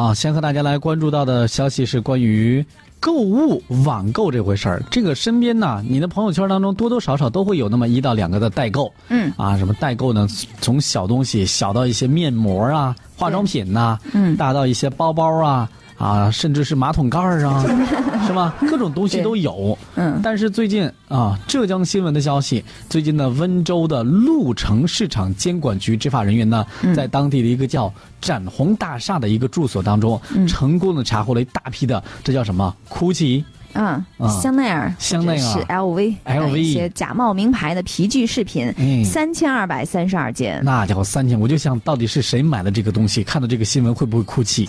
啊，先和大家来关注到的消息是关于购物网购这回事儿。这个身边呢，你的朋友圈当中多多少少都会有那么一到两个的代购。嗯啊，什么代购呢？从小东西，小到一些面膜啊、化妆品呐、嗯大到一些包包啊啊，甚至是马桶盖儿 啊，是吧？各种东西对都有。嗯但是最近啊，浙江新闻的消息，最近呢，温州的鹿城市场监管局执法人员呢，在当地的一个叫展宏大厦的一个住所当中，成功的查获了一大批的，这叫什么？GUCCI。嗯啊，香奈儿、香奈儿啊是 LV、 LV 一些假冒名牌的皮具饰品嗯，三千二百三十二件。那家伙三千，我就想到底是谁买的这个东西？看到这个新闻会不会哭 泣？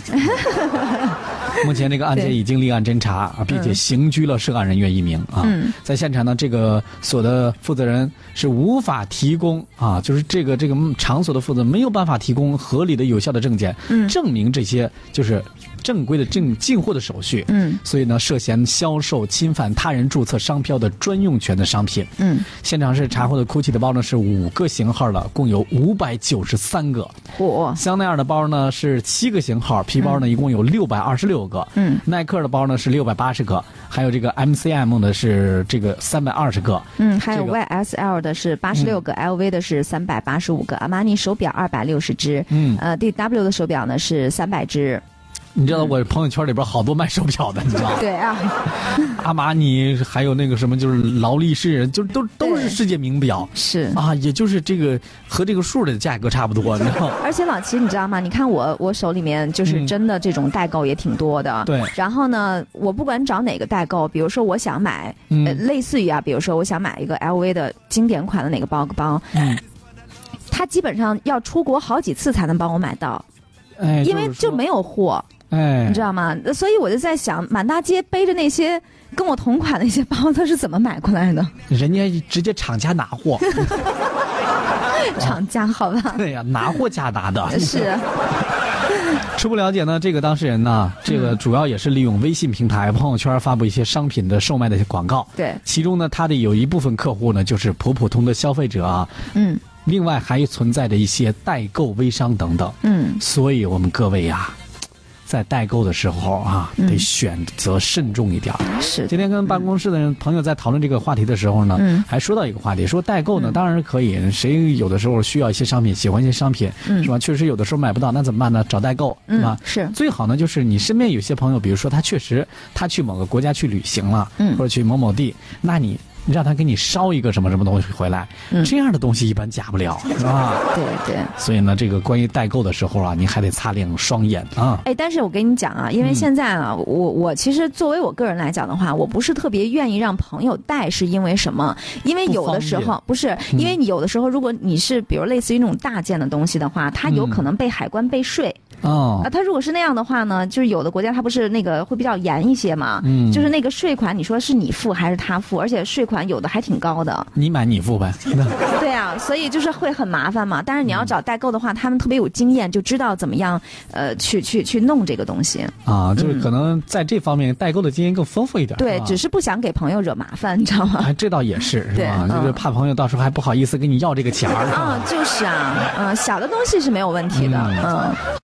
目前这个案件对已经立案侦查，啊并且刑拘了涉案人员一名啊。嗯在现场呢，这个所的负责人是无法提供啊，就是这个这个场所的负责人没有办法提供合理的、有效的证件，嗯证明这些就是正规的进进货的手续。嗯所以呢，涉嫌销售侵犯他人注册商标的专用权的商品。嗯，现场是查获的 GUCCI 的包呢是五个型号的，共有五百九十三个；我香奈儿的包呢是七个型号，皮包呢一共有六百二十六个。嗯耐克的包呢是六百八十个，还有这个 MCM 的是这个三百二十个。嗯，还有这个嗯 YSL 的是八十六个，LV 的是三百八十五个，阿玛尼手表二百六十只，嗯呃，DW 的手表呢是三百只。你知道我朋友圈里边好多卖手表的，你知道吗？ 对啊，阿玛尼还有那个什么就是劳力士，就都都是对世界名表是。啊，也就是这个和这个数的价格差不多，你知道吗？而且老齐，你知道吗？你看我我手里面就是嗯真的这种代购也挺多的。对然后呢，我不管找哪个代购，比如说我想买，嗯呃，类似于啊，比如说我想买一个 LV 的经典款的哪个包包，嗯，他基本上要出国好几次才能帮我买到，哎，因为是就说没有货，哎，你知道吗？所以我就在想，满大街背着那些跟我同款的一些包，他是怎么买过来的？人家直接厂家拿货，厂家好吧？对呀、拿货价达的。 是，啊初步了解呢，这个当事人呢，这嗯个主要也是利用微信平台、朋友圈发布一些商品的售卖的一些广告。对，其中呢，他的有一部分客户呢，就是普普通的消费者啊，嗯另外还存在着一些代购微商等等。嗯，所以我们各位呀、在代购的时候啊，嗯得选择慎重一点儿。是今天跟办公室的人朋友在讨论这个话题的时候呢，嗯还说到一个话题，说代购呢，当然是可以，谁有的时候需要一些商品，喜欢一些商品，嗯是吧？确实有的时候买不到，那怎么办呢？找代购，是吧嗯？是，最好呢，就是你身边有些朋友，比如说他确实他去某个国家去旅行了，嗯或者去某某地，那你让他给你捎一个什么什么东西回来，嗯这样的东西一般假不了，是吧？ 对对。所以呢，这个关于代购的时候啊，你还得擦亮双眼啊。哎，但是我跟你讲啊，因为嗯现在啊，我我其实作为我个人来讲的话，我不是特别愿意让朋友带，是因为什么？因为不有的方时便嗯候不是，因为你有的时候，如果你是比如类似于那种大件的东西的话，它有嗯可能被海关被税啊、哦，它如果是那样的话呢，就是有的国家它不是那个会比较严一些嘛，嗯就是那个税款，你说是你付还是他付？而且税款有的还挺高的，你买你付呗。那对啊，所以就是会很麻烦嘛。但是你嗯要找代购的话，他们特别有经验，就知道怎么样呃去去去弄这个东西。啊，就是可能在这方面代购的经验更丰富一点。对，啊只是不想给朋友惹麻烦，你知道吗？哎，这倒也是，是对吧？就是嗯怕朋友到时候还不好意思跟你要这个钱儿。是吧啊啊、就是啊，嗯、小的东西是没有问题的，嗯嗯